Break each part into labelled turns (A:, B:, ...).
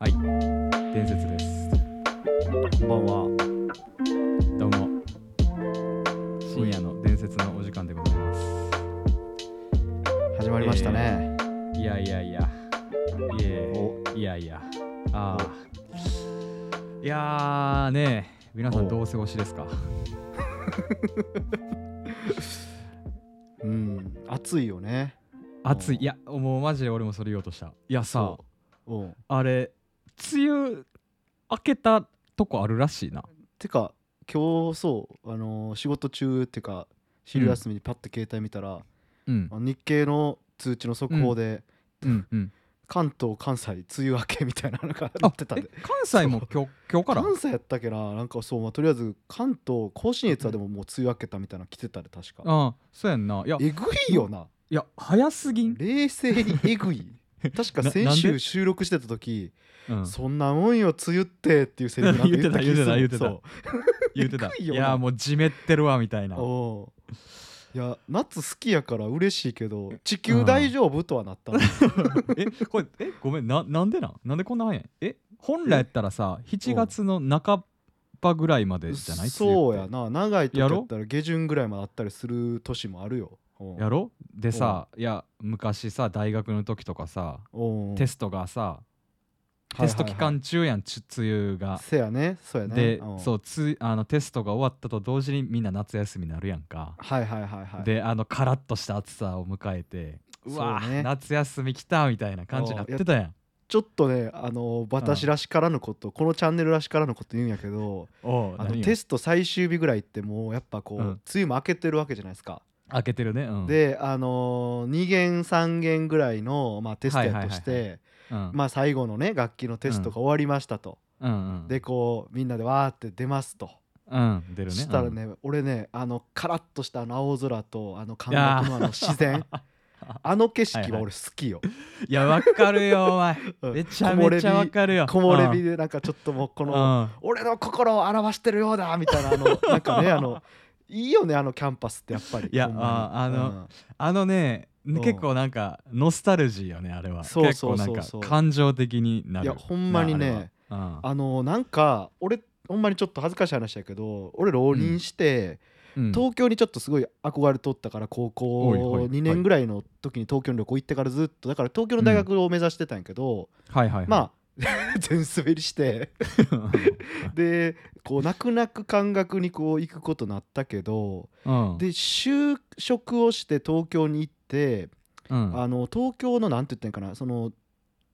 A: はい、伝説です。
B: こんばんは。
A: どうも、深夜の伝説のお時間でございます。
B: 始まりましたね。
A: いやいやいや、いえ
B: お、
A: いやいや、ああ、いやーねえ、皆さん
B: お
A: どうお過ごしですか
B: うん。暑いよね。
A: 暑い、いや、もうマジで俺もそれ言おうとした。いやさ、
B: うん。
A: あれ、梅雨明けたとこあるらしいな。
B: てか今日そうあのー仕事中っていうか昼休みにパッと携帯見たら、
A: うん、
B: あの日経の通知の速報で、
A: うん、うん。
B: 関東関西梅雨明けみたいなのが載ってたん
A: え
B: で。
A: 関西も今日今日から
B: 関西やったっけななんかそう、まあ、とりあえず関東甲信越はでももう梅雨明けたみたいなの来てたで確か
A: ああ、そうやんな。いや、
B: えぐいよない
A: や早すぎん。
B: 冷静にえぐい確か
A: な
B: 先
A: なん
B: 週
A: で
B: 収録してた時
A: うん
B: そんなもんよ、梅雨ってっていうセリフなんか気がする
A: 言ってた言ってた
B: そ
A: 言ってた。
B: え
A: い
B: ぐいよな
A: や、もうじめってるわ、みたいな
B: う。おういや、夏好きやから嬉しいけど、地球大丈夫とはなったな。
A: えこれえごめんななんでなんなんでこんな早いんえ本来やったらさ7月の半ばぐらいまでじゃない
B: そう
A: 梅
B: や
A: 雨って
B: な、長い時や
A: や
B: っ
A: ろ
B: たら下旬ぐらいまであったりする年もあるよ。おう
A: やろでさいや昔さ大学の時とかさ
B: おう
A: テストがさ
B: はいはいはい
A: テスト期間中やんち梅雨が。
B: せやね、そうやね。
A: で
B: お
A: そうつあのテストが終わったと同時にみんな夏休みになるやんか。
B: はいはいはいはい。
A: であのカラッとした暑さを迎えてうわ
B: そうね
A: 夏休み来たみたいな感じになってたやん。
B: ちょっとね、あの私らしからぬこと、このチャンネルらしからぬこと言うんやけど、
A: おう
B: あの
A: 何よ
B: テスト最終日ぐらいってもうやっぱこう、
A: うん
B: 梅雨も明けてるわけじゃないですか。
A: 開けてるね。うん、
B: であのー、2弦3弦ぐらいの、まあ、テストやとして、
A: はいはいうん、
B: まあ、最後のね楽器のテストが終わりましたと、
A: うんうん、
B: でこうみんなでわーって出ますと、
A: うん、出るね。
B: したら
A: うん
B: ね、俺ねあのカラッとしたあの青空とあの感覚のあの自 然あの景色は俺好きよ、
A: いや、わかる よ、お前。
B: うん
A: めちゃめちゃわかるよ。
B: 木漏れ日
A: で、
B: でなんかちょっともうこ
A: うん。
B: の、俺の心を表してるようだみたいなあ のなんかねあのいいよねあのキャンパスってやっぱり
A: いや
B: ほんまに
A: ああの
B: うん
A: あのね、
B: ん
A: 結構なんか、ノスタルジーよね、あれは。
B: そうそうそうそう
A: 結構なんか、感情的になる。
B: いやほんまにね
A: な。あれは
B: あのなんか俺ほんまにちょっと恥ずかしい話やけど俺浪人して、
A: うん。うん
B: 東京にちょっとすごい憧れとったから高校
A: おいはい
B: 2年ぐらいの時に東京に旅行行ってからずっとだから東京の大学を目指してたんやけど、
A: はいはいはい。
B: まあ 全滑りしてでこう泣く泣く感覚にこう行くことになったけど
A: うん。
B: で就職をして東京に行って
A: うん、
B: あの東京のなんて言ったんかなその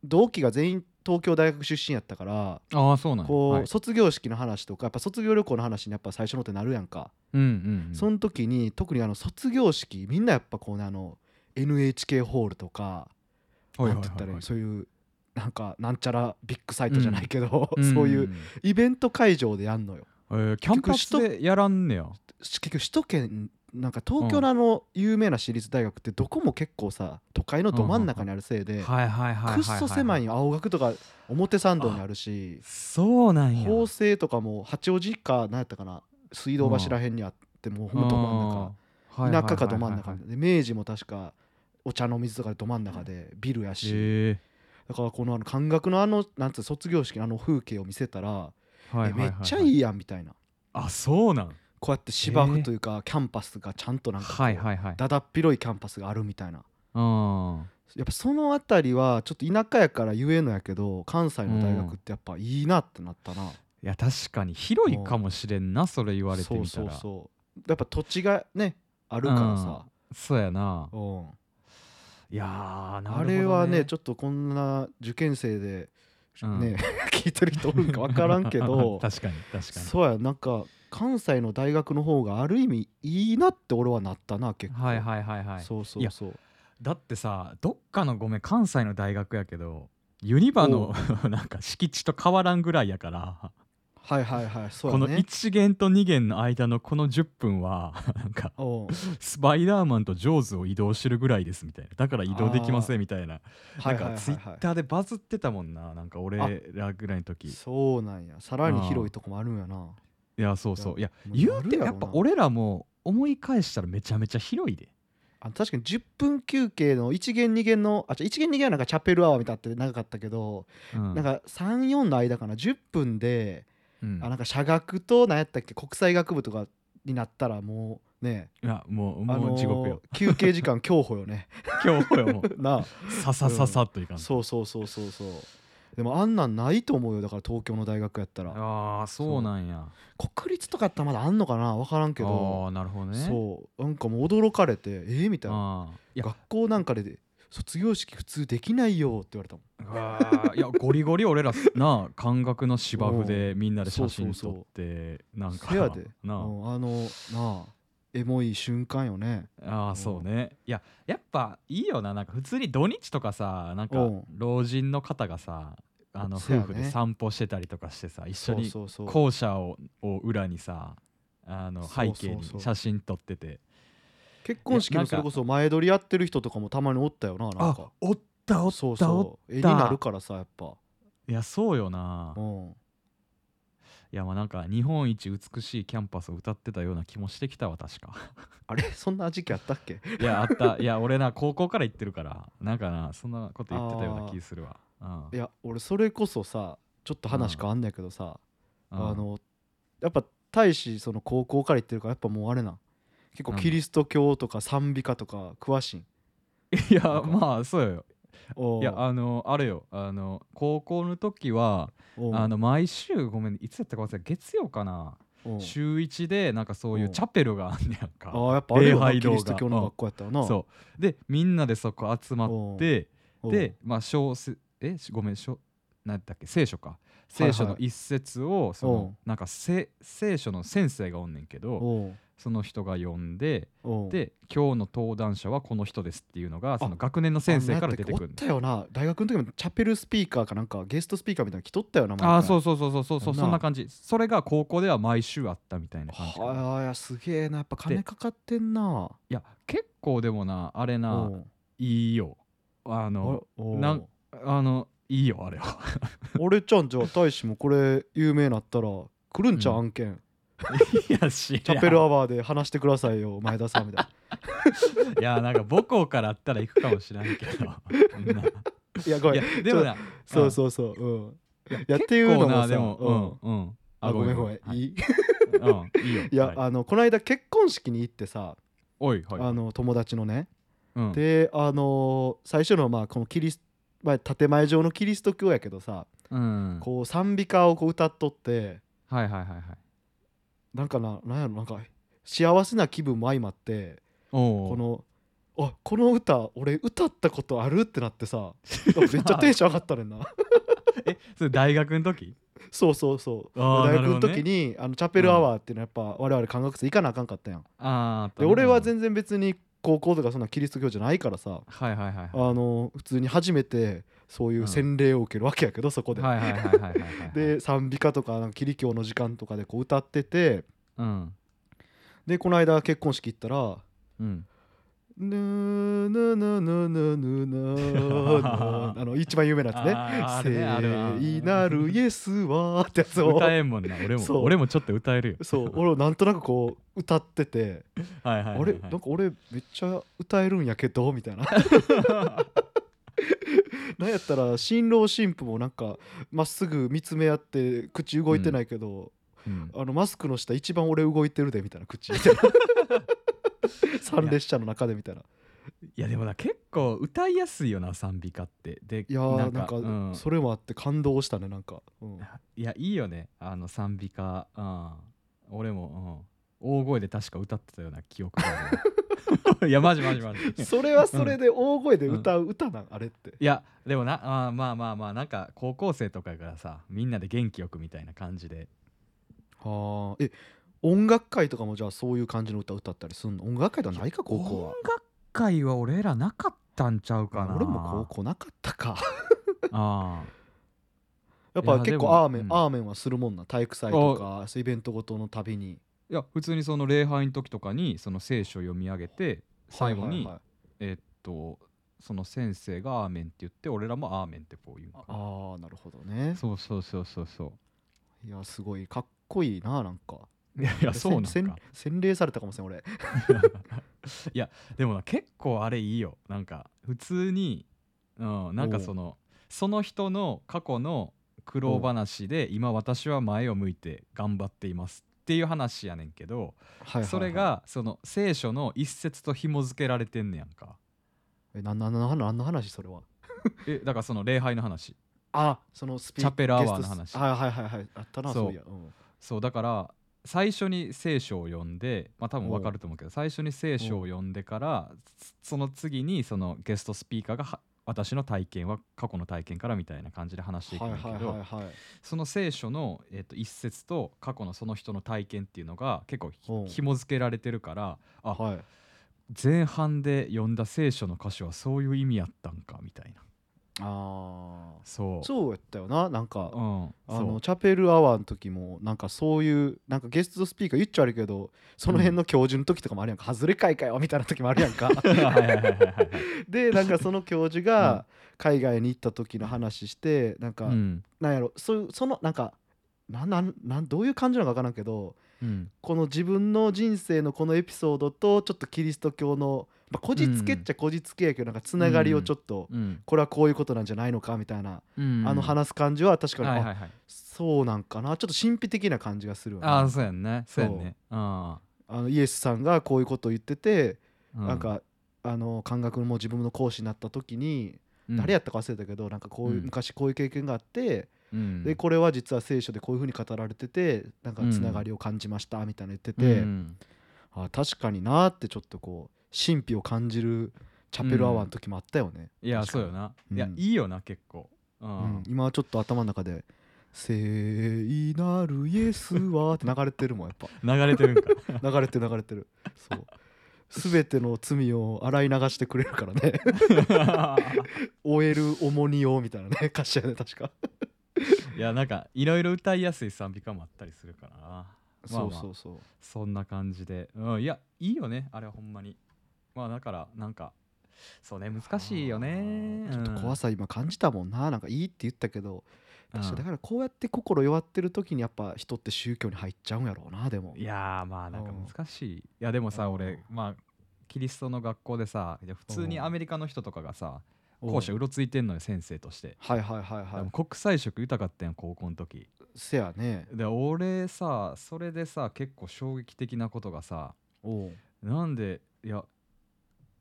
B: 同期が全員東京大学出身やったから
A: ああ、そうなんや
B: こう、
A: はい
B: 卒業式の話とかやっぱ卒業旅行の話にやっぱ最初のってなるやんか、
A: うんうんうん。
B: その時に特にあの卒業式みんなやっぱこうねあの NHK ホールとか、
A: はいはい
B: なんて言った
A: は
B: ら
A: い
B: い
A: はい
B: いそういうなんかなんちゃらビッグサイトじゃないけど、
A: ん
B: そういうイベント会場でやんのよ
A: えーキャンパスでやらんねや。
B: し結局首都圏なんか東京のあの有名な私立大学ってどこも結構さ都会のど真ん中にあるせいで、
A: はいはいはいはいはい。
B: くっそ狭い。よ青学とか表参道にあるし
A: そうなんや。
B: 法政とかも八王子か何やったかな水道橋らへんにあってもうほんまど真ん
A: ん
B: 中田舎かど真ん中
A: へ
B: で明治も確かお茶の水とかでど真ん中でビルやし
A: え
B: だからこのあの感覚のあのなんつう卒業式のあの風景を見せた
A: ー
B: ら
A: はい
B: え
A: はいは
B: め
A: い
B: っ
A: はい
B: ちゃいいやんみたいな
A: あそうなん
B: こうやって芝生というかキャンパスがちゃんとなんかこう
A: はいはいはい
B: だだっ広いキャンパスがあるみたいな
A: うん
B: やっぱその辺りはちょっと田舎やから言えのやけど関西の大学ってやっぱいいなってなったな、
A: いや確かに広いかもしれんなそれ言われてみたら
B: そうそう
A: そう
B: そうやっぱ土地がねあるからさ、
A: やな
B: うん
A: いやーなるほど、
B: あ
A: ね、
B: れはね
A: ょ
B: ちょっとこんな受験生で、
A: うん
B: ね 聞いてる人おるんか分からんけど
A: 確かに確かに
B: そうやなんか関西の大学の方がある意味いいなって俺はなったな結構
A: はいはいはいはい
B: そうそうそう
A: だってさどっかのごめん関西 の大学やけどユニバのなんか敷地と変わらんぐらいやから
B: はいはいはいそう
A: こ
B: やね
A: の1弦と2弦の間のこの10分はなんか
B: おう
A: スパイダーマンとジョーズを移動してるぐらいですみたいなだから移動できませんみたいなな
B: は
A: いん
B: はいはい
A: かツイッ
B: は
A: ターでバズってたもんななんか俺らぐらいの
B: い
A: 時い
B: そうなんやさらに広いとこもあるんやな
A: やそうそういや
B: い
A: 言
B: や
A: うて
B: なる
A: や
B: やろな
A: っぱ俺らも思い返したらめちゃめちゃ広いで
B: あ確かに10分休憩の1弦2弦のあじゃ1弦2弦はなんかチャペルアワーみたいなのって長かったけど、
A: うん
B: なんか34の間かな10分で、
A: うん
B: あなんか社学と何やったっけ国際学部とかになったらもうね
A: いやもう
B: あの
A: も
B: ー
A: う地獄よ
B: 休憩時間競歩 よね
A: 今日よも
B: な
A: うささささっといかん
B: あ
A: と
B: そうそうそうそうそうでもあんなんないと思うよだから東京の大学やったら
A: ああそうなんや
B: 国立とかやったらまだあんのかな分からんけ
A: あ
B: ど、
A: あなるほどね
B: そうなんかもう驚かれてえー、みたい
A: あー
B: な
A: いや
B: 学校なんかで卒業式普通できないよって言われたも
A: う
B: ん
A: わーいやゴリゴリ俺らな感覚の芝生でみんなで写真
B: そうそう
A: 撮ってなんか
B: せやで
A: なあ
B: うんあのなあエモい瞬間よね
A: ああそうねいややっぱいいよななんか普通に土日とかさなんか
B: うん
A: 老人の方がさあの
B: そうや
A: 夫
B: ね
A: 婦で散歩してたりとかしてさ一緒に
B: そうそうそう
A: 校舎をを裏にさあの
B: そう
A: 背
B: そうそう
A: 景に写真撮ってて
B: 結婚式
A: いやな
B: の
A: んか
B: それこそ前撮りやってる人とかもたまにおったよななんか
A: おったお
B: そう
A: おっ
B: そう絵になるからさやっぱ
A: いやそうよな
B: うん
A: いやまあなんか日本一美しいキャンパスを歌ってたような気もしてきたわ確か
B: あれ そんな時期あったっけ
A: いやあったいや俺な高校から言ってるからなんかなそんなこと言ってたような気するわうん
B: いや俺それこそさちょっと話変わんねんけどさ
A: うん
B: あのやっぱ大使その高校から行ってるからやっぱもうあれなん結構キリスト教とか賛美歌とか詳しいん
A: いやまあそうよ
B: おう
A: いやあのあれよあの高校の時は
B: おう
A: あの毎週ごめんいつやったか忘れた月曜かな
B: おう
A: 週1でなんかそういう
B: お
A: チャペルがあんねやん
B: あ
A: か
B: ーやっぱあれよな
A: 礼拝
B: キ
A: 堂が
B: リスト教の学校やったよな
A: そうでみんなでそこ集まって
B: おう
A: でまあ小説えしごめん小何だっけ聖書か聖書の一節をそ
B: お
A: の
B: う
A: なんかせ聖書の先生がおんねんけど
B: おう
A: その人が読んで
B: おう
A: で今日の登壇者はこの人ですっていうのがその
B: あ
A: 学年の先生から出てくる
B: あんなんやったっけおったよな大学の時もチャペルスピーカーかなんかゲストスピーカーみたいなの来とったよな
A: ああーそううそうそうそうそうそう
B: な
A: そんな感じそれが高校では毎週あったみたいな感じかな
B: はいやすげえなやっぱ金かかってんない
A: や結構でもなあれな
B: おう
A: いいよあの
B: あおう
A: なんあのいいよあれは
B: 俺ちゃんじゃあ大使もこれ有名なったら来るんちゃう
A: うん
B: 案件
A: いや知
B: チャペルアワーで話してくださいよ前田さんみたい
A: いやなんか母校からあったら行くかもしれん けどみんな
B: ないやご
A: い
B: め
A: や
B: ん
A: でもな
B: そうそうそううん
A: うん
B: やっていうの
A: 結
B: も
A: 構
B: さ
A: なでもうんうん
B: あごめんごめん
A: はい
B: いい
A: うん いいよ
B: いや
A: はい
B: あのこの間結婚式に行ってさ
A: おいはい
B: あの友達のね
A: うん
B: であのー最初のまあこのキリスまあ建前上のキリスト教やけどさ
A: うん
B: こう賛美歌をこう歌っとって
A: はいはいはいはい
B: なんかななんやろなんか幸せな気分も相まって
A: お
B: こ
A: お
B: のあこの歌俺歌ったことあるってなってさめっちゃテンション上がったねんな
A: えそれ大学の時
B: そうそうそう
A: あー
B: 大
A: なる
B: 学の
A: ほどね
B: 時にあのチャペルアワーっていうのはやっぱ我々感覚室行かなあかんかったやん
A: ああ
B: で俺は全然別に高校とかそんなキリスト教じゃないからさ
A: はいはいはいはい
B: あの普通に初めてそういう洗礼を受けるわけやけどそこで
A: はいはいはいはいはいはいはい
B: で賛美歌とかなんかキリ教の時間とかでこう歌ってて
A: うん
B: でこの間結婚式行ったら
A: うん
B: 「ぬーぬーぬーぬーぬーぬーぬーぬーあの一番有名な
A: あー
B: や
A: あ
B: つね
A: るねあるわ
B: 「聖なるイエスは」ってやつを
A: 歌えんもんな俺も
B: そう
A: 俺もちょっと歌えるよ
B: そう俺なんとなくこう歌ってて
A: はい
B: 「
A: はい
B: あれなんか俺めっちゃ歌えるんやけど」みたいななんやったら新郎新婦もなんかまっすぐ見つめ合って口動いてないけど
A: うん
B: あのマスクの下一番俺動いてるでみたい な口みたいな三列車の中でみたいない
A: やでもな結構歌いやすいよな賛美歌ってで
B: いやーなんか
A: うん
B: それもあって感動したねなんか、うん
A: いやいいよねあの賛美歌、うん、俺も、うん、大声で確か歌ってたような記憶があ るいやマジマジマジい
B: それはそれで大声で歌う歌なん、あれって
A: やでもなあーまあまあまあなんか高校生とかからさみんなで元気よくみたいな感じで
B: はあえ音楽会とかもじゃあそういう感じの歌歌ったりすんの音楽会とかないか高校は
A: 音楽会は俺らなかったんちゃうかな
B: 俺も高校なかったか
A: ああ
B: やっ
A: い
B: ぱ
A: や
B: 結構
A: でも
B: アーメン、
A: うん
B: アーメンはするもんな体育祭とかイベントごとのたびに
A: いや普通にその礼拝の時とかにその聖書を読み上げて最後に
B: はいはいはい
A: えーっとその先生が「アーメン」って言って俺らも「アーメン」ってこう言うのかな
B: ああなるほどね
A: そうそうそうそうそ
B: いやすごいかっこいいななんか
A: ういやいやそうなん
B: せ
A: か
B: 洗礼されたかもしれん俺
A: いやでもな結構あれいいよなんか普通に、うん、なんかそのその人の過去の苦労話で今私は前を向いて頑張っていますっていう話やねんけど
B: はいはいはい
A: それがその聖書の一節と紐付けられてんねやんか
B: えななななんの話それは
A: えだからその礼拝の話
B: あそのスピー
A: チャペルアワーの話
B: ゲストはいはいはいはいあったな
A: そう
B: そういや、うん
A: そうだから最初に聖書を読んでまあ多分わかると思うけど最初に聖書を読んでからつその次にそのゲストスピーカーがは私の体験は過去の体験からみたいな感じで話していく
B: は
A: ん
B: い
A: だ
B: はい
A: け
B: はい
A: ど
B: はい
A: その聖書の、えっと一節と過去のその人の体験っていうのが結構ひ
B: うん
A: 紐付けられてるからあ
B: はい
A: 前半で読んだ聖書の歌詞はそういう意味やったんかみたいな
B: あ
A: そ
B: あ
A: う
B: そうやったよななんか
A: うん
B: あ
A: そう
B: のチャペルアワーの時もなんかそういうなんかゲストスピーカー言っちゃあるけどその辺の教授の時とかもあるやんか、外れかいかよみたいな時もあるや んか
A: はいはいはいはいはい
B: でなんかその教授が海外に行った時の話してなんか、
A: うん
B: なんやろそうそのなんかなんなんなんどういう感じなのか分からんけど
A: うん
B: この自分の人生のこのエピソードとちょっとキリスト教の、まあ、こじつけっちゃこじつけやけどなんかつながりをちょっと、
A: うん
B: これはこういうことなんじゃないのかみたいな、
A: うん
B: あの話す感じは確かに、
A: はい
B: あ
A: はいはい
B: そうなんかなちょっと神秘的な感じがするよね
A: ああそうやんねそ
B: そうう
A: やんねあ
B: あのイエスさんがこういうことを言ってて、
A: あ
B: なんかあの感覚も自分の講師になった時に、誰やったか忘れたけどなんかこういう、
A: うん
B: 昔こういう経験があって、で
A: で
B: これは実は聖書でこういうふうに語られててなんかつながりを感じましたみたいなの言ってて、あ確かになーってちょっとこう神秘を感じるチャペルアワーの時もあったよね、
A: いや
B: 確か
A: そう
B: に
A: よないや
B: うん
A: いいよな結構う
B: うん
A: ん、
B: 今はちょっと頭の中で「聖なるイエスは」って流れてるもんや っぱ
A: 流れてるんか
B: 流れてる流れてるそう全ての罪を洗い流してくれるか らね終える重荷をみたいなね歌詞やね確か
A: いやなんかいろいろ歌いやすい賛美歌もあったりするからなまあま
B: そう
A: あ
B: そうそう
A: そんな感じでうんいやいいよねあれはほんまにまあだからなんかそうね難しいよね
B: あーちょっと怖
A: さ
B: さ今感じたもんななんかいいって言ったけど確かにだ
A: い
B: からこうやって心弱ってる時にやっぱ人って宗教に入っちゃうんやろうなでも
A: やーまあなんか
B: うん
A: 難しいいやでもさ
B: うん
A: 俺まあキリストの学校でさいや普通に
B: うん
A: アメリカの人とかがさ
B: うん
A: 校舎うろついてんのよ先生として
B: はいはいは
A: で
B: いは
A: も国際色豊かってん高校の時
B: いせやね
A: で俺さそれでさ結構衝撃的なことがさ
B: おう
A: なんでいや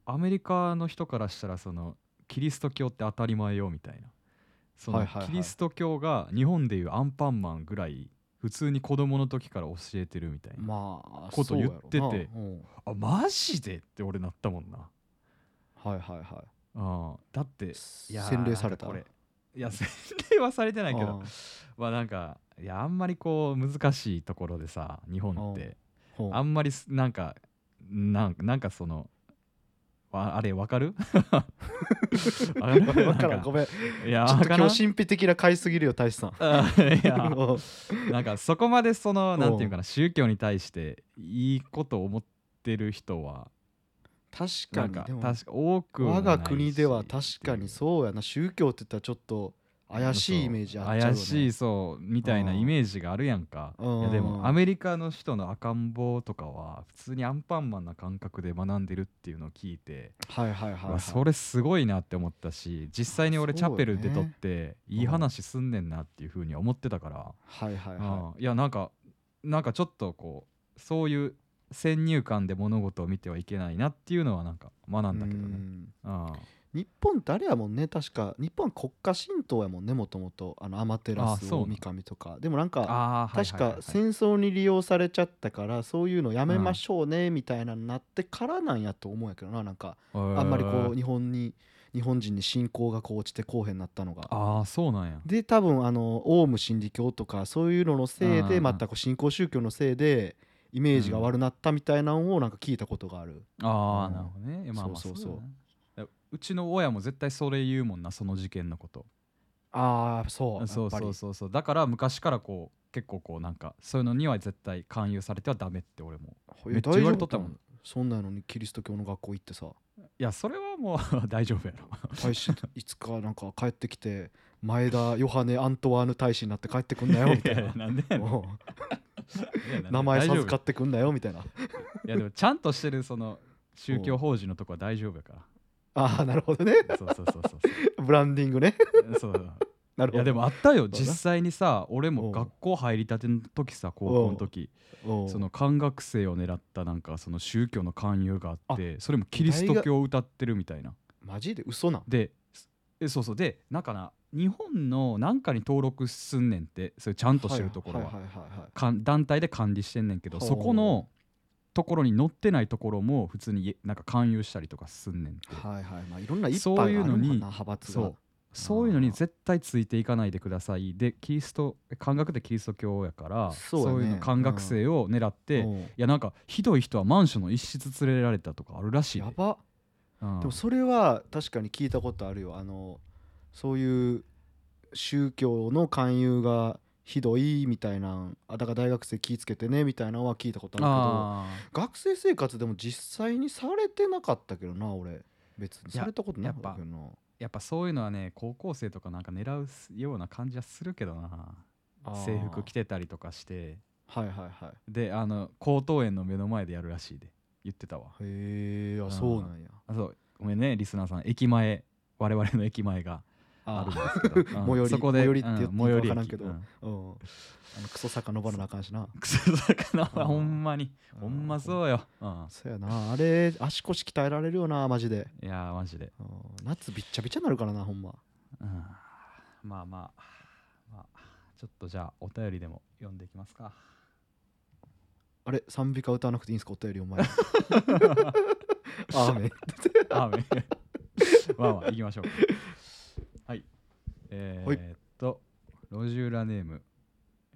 A: アメリカの人からしたらそのキリスト教って当たり前よみたいなその、
B: はいはいはい
A: キリスト教が日本でいうアンパンマンぐらい普通に子供の時から教えてるみたいな、
B: まあ
A: こと
B: そうやろな
A: 言ってて
B: うん
A: あマジでって俺なったもんな
B: はいはいは
A: ああだって
B: い
A: いやー
B: 洗礼された
A: なんかこれいや洗礼はされてないけど
B: あ
A: まあなんかいやあんまりこう難しいところでさ日本って
B: ーほう
A: あんまりすなんかなんなんかそのわあれわかる あれ
B: わから
A: なん
B: んごめんち
A: いや
B: ょっと
A: わ
B: 今日神秘的な買いすぎるよ大志さん
A: からんあい や
B: うん
A: なんかそこまでその
B: うん
A: なんていうかな宗教に対していいことを思ってる人は
B: 確
A: な
B: か
A: ん
B: に
A: か
B: でも
A: 確か多くは
B: 我
A: ない
B: が
A: し
B: 国では確かに
A: っていう
B: そうやな宗教って言ったらちょっと怪しいイメージあっちゃうよね
A: 怪しいそうみたいなイメージがあるやんかい
B: うん
A: やでもアメリカの人の赤ん坊とかは普通にアンパンマンな感覚で学んでるっていうのを聞いて
B: はいはいはい、
A: う
B: は
A: わ
B: い、
A: それすごいなって思ったし実際に俺
B: そう
A: チャペルで撮
B: よ
A: っ
B: ね
A: ていい話すんねんなっていうふうに思ってたから
B: はいはいは
A: うんいやなんかなんかちょっとこうそういう先入観で物事を見てはいけないなっていうのはなんか学
B: い
A: んだけど
B: う
A: ね。
B: ん
A: あ
B: 日本ってあれやもんね確か日本は国家神道やもんねもともとあのアマテラ
A: あ
B: ス
A: そうな
B: 大
A: の
B: 神とかでもなんか
A: あーはい
B: 確
A: はいはい
B: か戦争に利用されちゃったからそういうのやめましょうねみたいなのになってからなんやと思うんやけどななんか
A: はい
B: あんまりこ
A: へ
B: う
A: ー
B: 日本に日本人に信仰がこう落ちてこうへんなったのが。
A: ああそうなんや。
B: で多分あのオウム真理教とかそういうののせい
A: うんうんう
B: で
A: ん
B: またこう信仰宗教のせいでイメージが悪なったみたいなのをなんか聞いたことがある。
A: ああ
B: うん
A: なるほどね。いやまあまあ
B: そうそうそ
A: だ
B: う
A: よねだうちの親も絶対それ言うもんなその事件のこと。
B: ああそう
A: そう
B: やっぱり
A: そうそうそうだから昔からこう結構こうなんかそういうのには絶対勧誘されてはダメって俺も
B: いや
A: めっちゃ言われと
B: 大丈夫
A: ったもん
B: だそんなのにキリスト教の学校行ってさ
A: いやそれはもう 大丈夫やろ
B: 大使 いつかなんか帰ってきて前田ヨハネ・アントワーヌ大使になって帰ってくんなよみたい
A: いや
B: な
A: なんでやねん
B: も
A: いやなん
B: う
A: で
B: 名前
A: 大丈夫
B: 授かってくんなよみたいない
A: やでもちゃんとしてるその宗教法人のとこは大丈夫やか
B: ああなるほどね
A: らそうそうそうそう
B: ブランディングね
A: そうそう
B: なる
A: い
B: ほど
A: やでもあったよ
B: な
A: 実際にさ俺
B: お
A: も
B: う
A: 学校入りたての時さ高校の時
B: おう
A: その漢学生を狙ったなんかその宗教の勧誘があってそれもキリスト
B: 大学
A: 教を歌ってるみたいな
B: マジで嘘なん
A: でえそうそうでなんかな日本のなんかに登録すんねんってそれちゃんとしてるところは,、
B: いいはいはい
A: かん団体で管理してんねんけど
B: ほう
A: そこのところに載ってないところも普通にえなんか勧誘したりとかすんねんって、
B: はいはいまあいろんな一派
A: そ
B: が
A: う
B: あ
A: い
B: る
A: う
B: もん
A: の
B: な
A: に
B: 派閥
A: そ
B: が
A: うそういうのに絶対ついていかないでくださいでキリスト漢学でキリスト教やから
B: そうやね
A: いうの漢学生を狙って、い
B: おう
A: やなんかひどい人はマンションの一室連れられたとかあるらしい
B: や
A: で、
B: ば
A: うん
B: でもそれは確かに聞いたことあるよあのそういう宗教の勧誘がひどいみたいなんあだから大学生気ぃつけてねみたいなのは聞いたこと
A: あ
B: あるけど学生生活でも実際にされてなかったけどな俺別に
A: いや
B: されたことなかったけどな
A: ーやっぱそういうのはね高校生とかなんか狙うような感じはするけどな
B: あー
A: 制服着てたりとかして
B: はいはいはい
A: であの高等園の目の前でやるらしいで言ってたわ
B: へえ
A: う
B: あ
A: ん
B: そうなんや
A: あそうごめんねリスナーさん駅前我々の駅前があるんですけど、う
B: あー
A: ん
B: 最寄り
A: そこで
B: 最寄りって言っていい
A: うん
B: か
A: 最寄
B: 分
A: り
B: からん
A: 駅
B: けど
A: うん
B: うんあのクソ遡らなあかんしな
A: クソ魚
B: う
A: は
B: ん
A: ほんまにほんま
B: う
A: そうよ、うん
B: そうやなあれ足腰鍛えられるよなマジで
A: いやーマジで、
B: うん夏びっちゃびちゃになるからなほんま
A: うんまあまあまあちょっとじゃあお便りでも読んでいきます か
B: あれ賛美歌歌わなくていいんですかお便り お前アーメン
A: あめまあまあ行きましょうはいえ
B: はい
A: ー、っと路地裏ネーム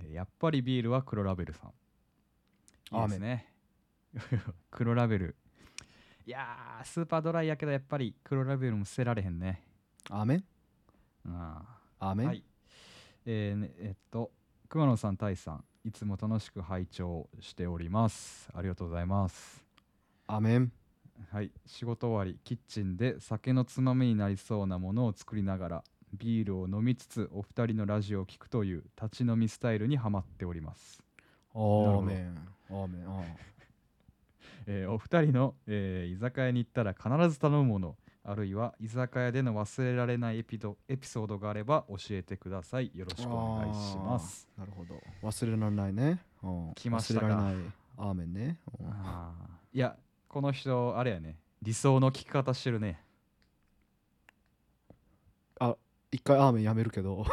A: えーやっぱりビールは黒ラベルさんいいですね 黒ラベルいやースーパードライやけどやっぱり黒ラベルも捨てられへんね
B: アーメン
A: うん
B: アーメン、
A: はい。えーねえっと、熊野さん、タイさん、いつも楽しく拝聴しております。ありがとうございます。
B: アーメン
A: はい、仕事終わり、キッチンで酒のつまみになりそうなものを作りながら、ビールを飲みつつ、お二人のラジオを聞くという立ち飲みスタイルにはまっております。
B: ア
A: ど
B: ーメンアーメンあ
A: えーお二人の、えー居酒屋に行ったら必ず頼むもの、あるいは居酒屋での忘れられないエピドエピソードがあれば教えてください。よろしくお願いします。
B: ーなるほど忘れられないね、うん、
A: 来ましたか
B: 忘れられないアーメンね、うん
A: あーいやこの人あれやね理想の聞き方してるね
B: 一回アーメンやめるけど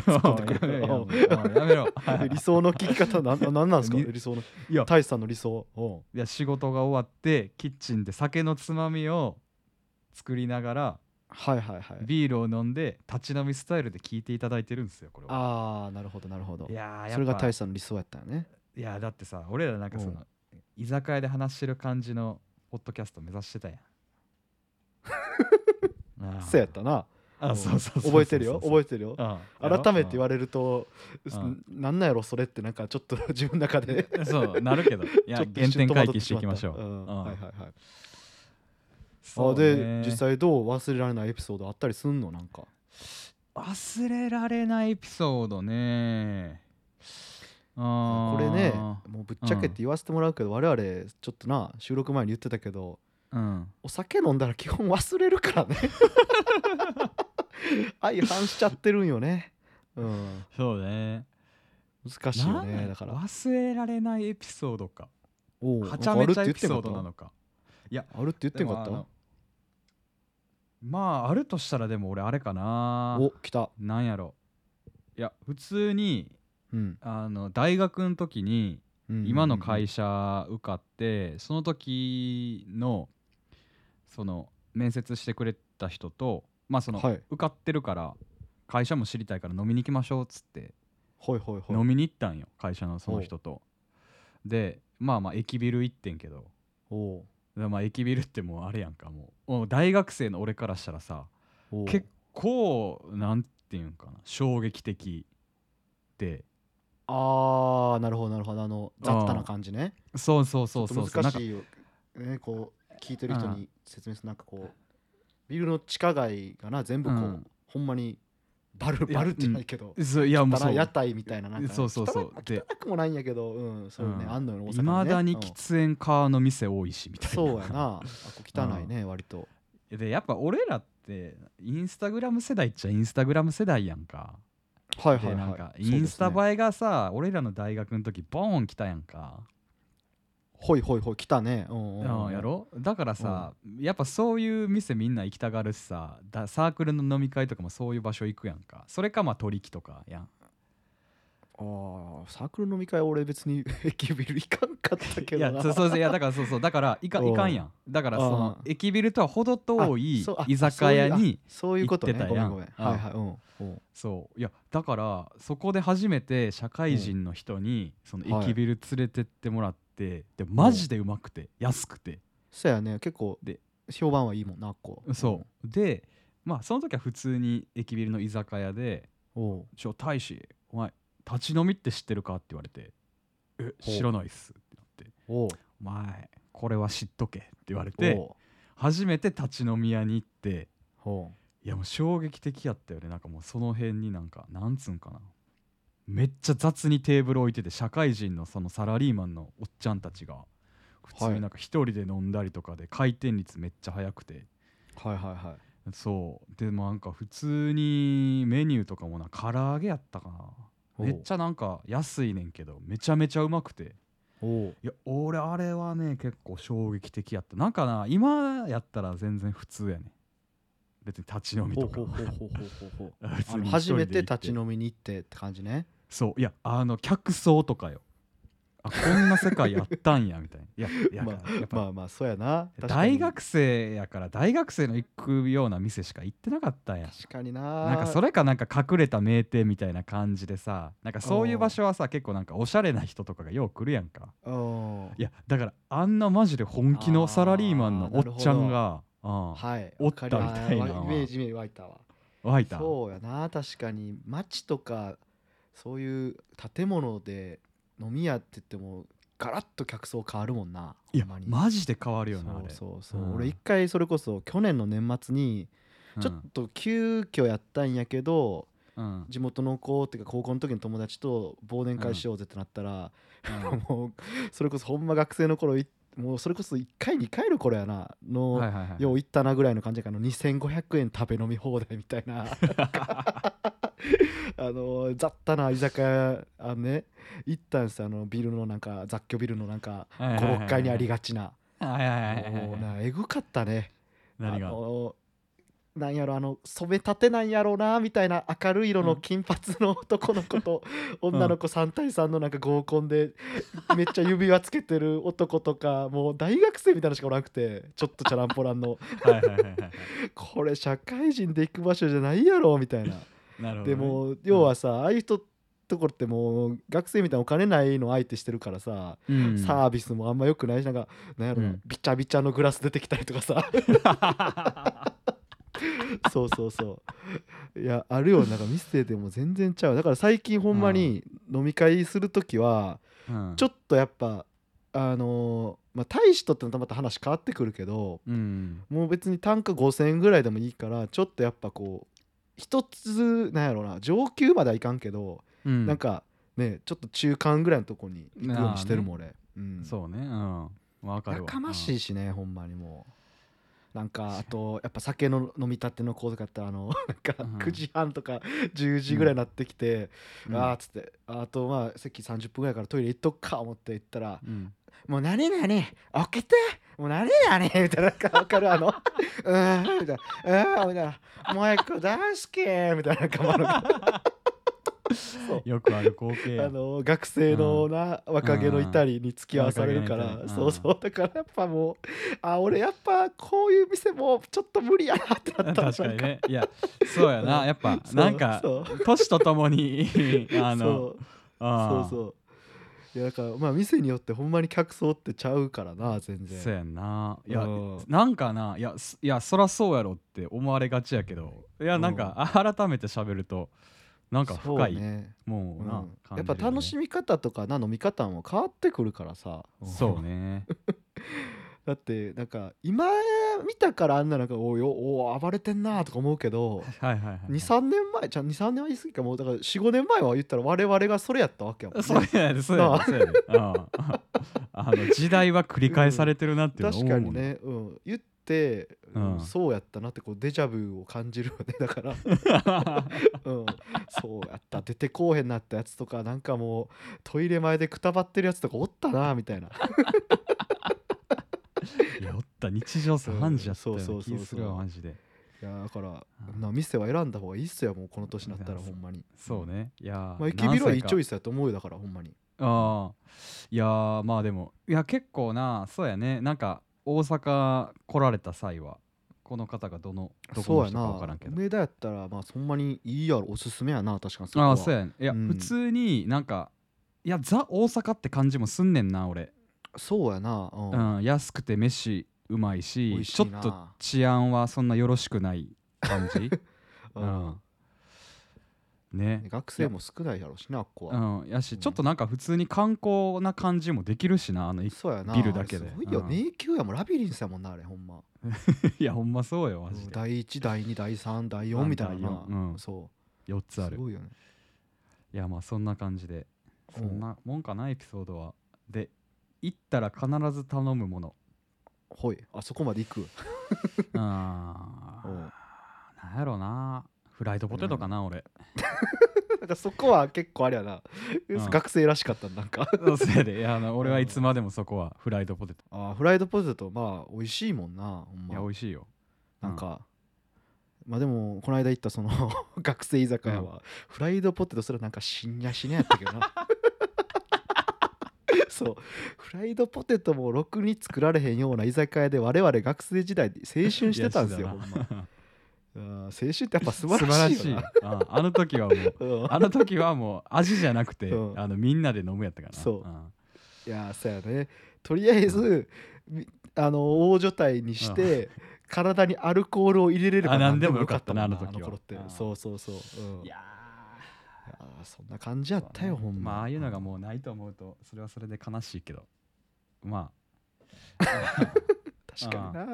A: や
B: ってくる
A: めろやめろやめろ
B: 理想の聞き方なんなんなんですか
A: に
B: 理想の
A: いや
B: 大志さんの理想うん
A: いや仕事が終わってキッチンで酒のつまみを作りながら
B: はいはいはい
A: ビールを飲んで立ち飲みスタイルで聞いていただいてるんですよこれは
B: ああなるほどなるほど
A: いやーやっぱ
B: それが大志さんの理想やったよね
A: いやだってさ俺らなんかその
B: う
A: 居酒屋で話してる感じのポッドキャスト目指してたやんあー
B: そうやったな
A: あそうそうそうそう
B: 覚えてるよ覚えてるよ改めて言
A: わ
B: われると、
A: うん
B: なんなんやろそれってなんかちょっと 自分の中で
A: そうなるけ どいや
B: ち
A: 原
B: ょっと一
A: 点
B: 瞬戸
A: 回
B: 惑
A: 帰
B: っ
A: して
B: し
A: い
B: まっ
A: き
B: た
A: ましょう。
B: うん
A: うん
B: はいはいはい
A: そ
B: あ
A: うね
B: で実際どう忘れられないエピソードあったりすんのなんか
A: 忘れられないエピソードねあ
B: こ
A: ー
B: れねもうぶっちゃけって言わせてもらうけど、我々ちょっとな収録前に言ってたけど
A: うん
B: お酒飲んだら基本忘れるからね 相反しちゃってるんよね、うん、
A: そうね
B: 難しいよ
A: なんや
B: ねだから
A: 忘れられないエピソードか
B: おう
A: はちゃめちゃ
B: なんかあ
A: エ
B: るって言っ
A: ピ
B: てん
A: ソー
B: かった
A: ドなのか
B: あるって言ってんか
A: で
B: っ
A: もあのまああるとしたらでも俺あれか
B: た
A: な
B: お来た
A: なんやろいや普通に
B: うん
A: あの大学の時に今の会
B: 社
A: 社受かってその時のその面接してくれた人とまあその
B: はい
A: 受かってるから会社も知りたいから飲みに行きましょうっつって
B: ほいほいほい
A: 飲みに行ったんよ会社のその人とでまあまあ駅ビル行ってんけど
B: おう
A: でまあ駅ビルってもうあれやんかもうもう大学生の俺からしたらさ
B: おう
A: 結構なんていうんかな衝撃的で
B: ああなるほどなるほどあの雑多な感じね
A: そうそうそう
B: ち
A: そ
B: ょ
A: う
B: っ
A: そ
B: と
A: う
B: 難
A: なんか
B: しいよねこう聞いてる人に説明するなんかこうビルの地下街がな全部こう、
A: うん
B: ほんまにバル
A: いや
B: バルってないけど、
A: そういやもう
B: た
A: そ
B: だ
A: う
B: 屋台みたいななんかね
A: そうそうそう
B: 汚い
A: で
B: 汚くもないんやけどうんそうね、
A: うん
B: あんのよ大
A: い
B: 阪
A: まだに
B: ねうん
A: 喫煙家の店多いしみたいな
B: そうやなあこう汚いね、割と
A: でやっぱ俺らってインスタグラム世代っちゃインスタグラム世代やんか
B: はい
A: でなんかインスタ
B: え
A: 映えがさ俺らの大学の時ボーン来たやんか
B: ほいほいほい来たねうんうんうん
A: うんやろだからさやっぱそういう店みんな行きたがるしさだサークルの飲み会とかもそういう場所行くやんかそれかまあ取引とかやん
B: あーサークル飲み会俺別に 駅ビル行かんかったけ
A: い
B: ど
A: や
B: な
A: そうそういやだからそうそうだから いか
B: うん
A: いかんやんだからその
B: うん
A: 駅ビルとは程遠い
B: あそうあ
A: 居酒屋に
B: そういうあそういうことね
A: 行ってた
B: ごめ
A: やん
B: んごめん
A: うん
B: はいはいうんうん
A: そういやだからそこで初めて社会人の人にその
B: はい
A: 駅ビル連れてってもらってでマジでうまくて安くて
B: そうやね結構
A: で
B: 評判はいいもんなあっこ
A: そうでまあその時は普通に駅ビルの居酒屋で
B: うんおう
A: 「ちょ大使お前立ち飲みって知ってるか?」って言われて「え
B: ほう
A: 知らないっす」ってなって
B: おう
A: 「お前これは知っとけ」って言われて
B: お
A: 初めて立ち飲み屋に行って
B: うおう
A: いやもう衝撃的やったよねなんかもうその辺になんかなんつうんかなめっちゃ雑にテーブル置いてて社会人のそのサラリーマンのおっちゃんたちが普通になんか一人で飲んだりとかで回転率めっちゃ速くて
B: はいはいはい
A: そうでもなんか普通にメニューとかもな唐揚げやったかな
B: おう
A: めっちゃなんか安いねんけどめちゃめちゃうまくて
B: おう
A: いや俺あれはね結構衝撃的やったなんかな今やったら全然普通やね別に立ち飲み
B: ほう
A: と
B: ほう
A: か
B: ほうほうほうほう
A: 普
B: ほうあ
A: 通
B: の
A: に一
B: 初
A: 人で行
B: め
A: って
B: 立ち飲みに行ってって感じね
A: そういやあの客層とかよあこんな世界やったんやみたいないやいや,、
B: ま
A: やっぱ、
B: まあまあそうやな確かに
A: 大学生やから大学生の行くような店しか行ってなかったんや
B: 確かにな
A: なんかそれかなんか隠れた名店みたいな感じでさなんかそういう場所はさ結構なんかおしゃれな人とかがよう来るやんか
B: うん
A: いやだからあんなマジで本気のサラリーマンのおっちゃんがうん
B: はい
A: おったみたいな
B: わかりあーわイメージに湧いたわ
A: 湧いた
B: そうやな確かに街とかそういう建物で飲み屋って言ってもガラッと客層変わるもんない
A: や
B: ほんまに
A: マジで変わるよなあれ
B: そうそうそう、
A: うん
B: 俺一回それこそ去年の年末にちょっと急遽やったんやけど、
A: うんうん
B: 地元の子っていうか高校の時の友達と忘年会しようぜってなったら、もうそれこそほんま学生の頃いもうそれこそ1回2回の頃やなの、
A: うんはいはいはい
B: よう行ったなぐらいの感じやからあの2500円食べ飲み放題みたい なあの雑多な居酒屋あのね行ったんですよあのビルのなんか雑居ビルのなんか
A: はいはいはい
B: 56階にありがちな
A: はいはいはいはい
B: もうなえぐかったね
A: 何が
B: あのなんやろあの染めたてなんやろうなみたいな明るい色の金髪の男の子 と、
A: ん
B: 女の子3対3のなんか合コンでめっちゃ指輪つけてる男とかもう大学生みたいなのしかおらなくてちょっとチャランポランの
A: はいはいはいはい
B: これ社会人で行く場所じゃないやろみたい な
A: なるほどね
B: でも要はさ、ああいう人ところってもう学生みたいなお金ないの相手してるからさ、
A: うん
B: サービスもあんま良くないしなんかなんやろな、
A: うん
B: びちゃびちゃのグラス出てきたりとかさ そうそうそういやあるよなんか店でも全然ちゃうだから最近ほんまに飲み会する時は
A: うん
B: ちょっとやっぱあのーまあ大使とってのとまた話変わってくるけど、
A: うん
B: もう別に単価5,000円ぐらいでもいいからちょっとやっぱこう一つなんやろな上級まではいかんけど、
A: うん
B: なんかねちょっと中間ぐらいのとこに行くようにしてるもん俺、うん、
A: そうねうんわか
B: や
A: るわ
B: かましいしね、ほんまにもうなんかあとやっぱ酒の飲みたての子とかってあの なんか
A: うん
B: 9時半とか10時ぐらいになってきて、
A: うん
B: あーっつってあとまあ席30分ぐらいからトイレ行っとくか思って行ったら
A: うん
B: もう何々開けてもう何々みたいななんか分かるあの うーんみたいなうーんみたいなもう一個大好きみたいななんかもうなんかそう
A: よくある光景
B: あの学生のな若気の至りに付き合わされるか
A: うん
B: ら
A: うん
B: そうそうだからやっぱもうあ俺やっぱこういう店もちょっと無理やなってなった
A: 確かにねいやそうや
B: う
A: なんやっぱ
B: そう
A: なんか
B: そう
A: 年とともにあの
B: そう
A: あー
B: そうそういやだからまあ店によってほんまに客層ってちゃうからな全
A: そ
B: 然
A: やんないや
B: うん
A: なんかないやすいやそらそうやろって思われがちやけどいやなんか改めて喋るとなんか深い
B: そうね
A: もうな、
B: うん
A: 感
B: や
A: じる
B: っぱ
A: よね
B: 楽しみ方とかな飲み方も変わってくるからさ
A: そうね
B: だってなんか今見たからあんななんかおうよおう暴れてんなとか思うけど
A: はいはいはい、はい、
B: 23年前じゃ23年は言い過ぎかもうだから45年前は言ったら我々がそれやったわけやもん、ね、
A: そうやねそうや
B: な
A: ねそうやねうんあの時代は繰り返されてるなっていうの
B: 確
A: 思
B: か
A: う
B: に
A: もん
B: ね、うん、言って、うん
A: うん
B: そうやったなってこうデジャブを感じるよね だから、うん、そうやった出てこうへんなったやつとかなんかもうトイレ前でくたばってるやつとかおったなみたいな
A: いやおった日常茶飯事やったよう
B: そう
A: な
B: そうそうそう
A: 気するわマジで
B: いやだからな店は選んだ方がいいっすよもうこの年になったらほんまに
A: そうねいや
B: まあ、駅ビルは
A: 何歳
B: いい
A: か
B: チョイスだと思うよだからほんまに
A: ああいやーまあでもいや結構なそうやねなんか大阪来られた際はこの方がどのどこ
B: そう
A: の
B: や
A: 人か分
B: な
A: からんけど
B: 梅田やったらまあそんまにいいやろおすすめやな確かにそこは
A: ああそうやねいや、
B: うん
A: 普通になんかいやザ大阪って感じもすんねんな俺、
B: そうやなうん、
A: う
B: あ
A: ん安くて飯うまいし
B: 美味し
A: ちょっ
B: いな
A: と治安はそんなよろしくない感 じ、うん、ね
B: ね学生も少ないやろしなあっこは、
A: うんやし、ちょっとなんか普通に観光な感じもできるしなあのい
B: そうやな
A: ビルだけで
B: あれすごいよ、
A: うん
B: 迷宮やもんラビリンスやもんなあれほんま
A: いやほんまそうよマジで
B: 第1第2第3第4みたいなな
A: 第四うん
B: そ
A: 4
B: う
A: つあ
B: す
A: る
B: ごいよね
A: いやまあそんな感じで
B: う
A: そ
B: ん
A: んなもんかなエピソードはで行ったら必ず頼むも の
B: ほいあそこまで行く
A: あ
B: おう
A: ーなんやろなフライドポテトかな俺
B: なんかそこは結構あれやな、
A: うん
B: 学生らしかったなんか
A: そうせいでいやあの俺はいつまでもそこはフライドポテト
B: あーフライドポテトまあ美味しいもんなほ
A: い
B: ん
A: や美
B: ま
A: 味しいよ
B: なんか、まあでもこの間行ったその 学生居酒屋は、フライドポテトすらなんかしんやしねやったけど なそうフライドポテトもろくに作られへんような居酒屋で我々学生時代青春してたんですよほん
A: いや
B: ま
A: してたな
B: あー青春ってやっぱ素
A: 素
B: 晴
A: 晴
B: ら
A: ら
B: し
A: し
B: い
A: い
B: よな
A: うんあの時はも う
B: うん
A: あの時はもう味じゃなくて
B: うん
A: あのみんなで飲むやったからな
B: そうんいやーそうやねとりあえず、みあの大所帯にして、体にアルコールを入れれれば
A: あ
B: 何でもよかったもん
A: 何でもよかったなあの時は
B: 頃って
A: うん
B: そうそうそう、うん、
A: いや
B: あーそんな感じやったよ、ほんま
A: まあああいうのがもうないと思うとそれはそれで悲しいけどま
B: 確かにな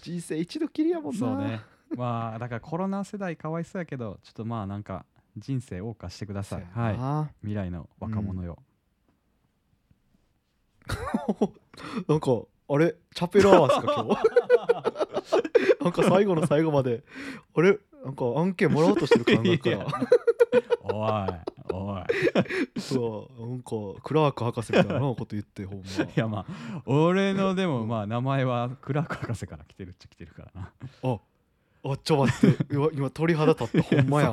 B: 人生一度きりやも
A: あ
B: んな
A: そうねまあだからコロナ世代かわいそうやけどちょっとまあなんか人生謳歌してください
B: そう
A: は
B: や
A: い
B: な
A: 未来の若者よ、
B: なんかあれチャペルアワーっす か今日 なんか最後の最後まであれなんか案件もらおうとしてる感覚か
A: い
B: ら
A: や おいおい
B: そうなんかクラーク博士みたいなこと言ってほんま
A: いやまあ俺のでもまあ名前はクラーク博士から来てるっちゃ来てるからな
B: ああちょ待 ってうわ今鳥肌立ったほんまや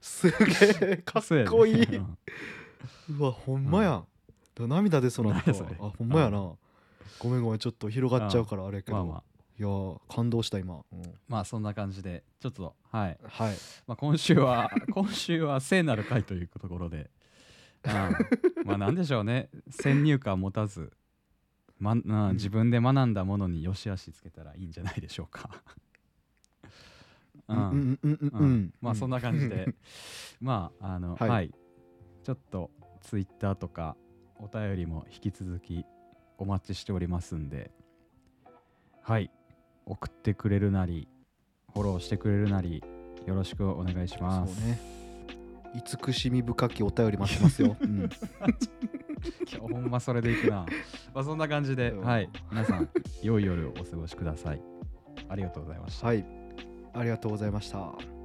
A: そうで
B: すげえかっこい
A: そうや
B: い
A: で
B: うわほんまやんだ涙出そうなった
A: 何やそれ
B: あほんまやなごめんごめんちょっと広がっちゃうからあれやけ
A: まあま
B: ど
A: あ
B: いやー感動した今うん
A: まあそんな感じでちょっとはい、
B: はい
A: まあ、今週は 今週は聖なる会というところで、 うんまあなんでしょうね先入観持たず、まうん
B: うん
A: 自分で学んだものに良し悪しつけたらいいんじゃないでしょうか、
B: う
A: うん
B: んうん
A: う
B: うんうんうん
A: んまあそんな感じ でまああのは、
B: はいい
A: ちょっとツイッターとかお便りも引き続きお待ちしておりますんではい送ってくれるなりフォローしてくれるなりよろしくお願いし
B: そ
A: ま
B: う
A: す、
B: ね慈しみ深きお便り待ってます よ、うん、
A: 今日ほんまそれでいく なまあそんな感じで、
B: うん
A: はい皆さん良い夜をお過ごしくださいありがとうございました
B: はいありがとうございました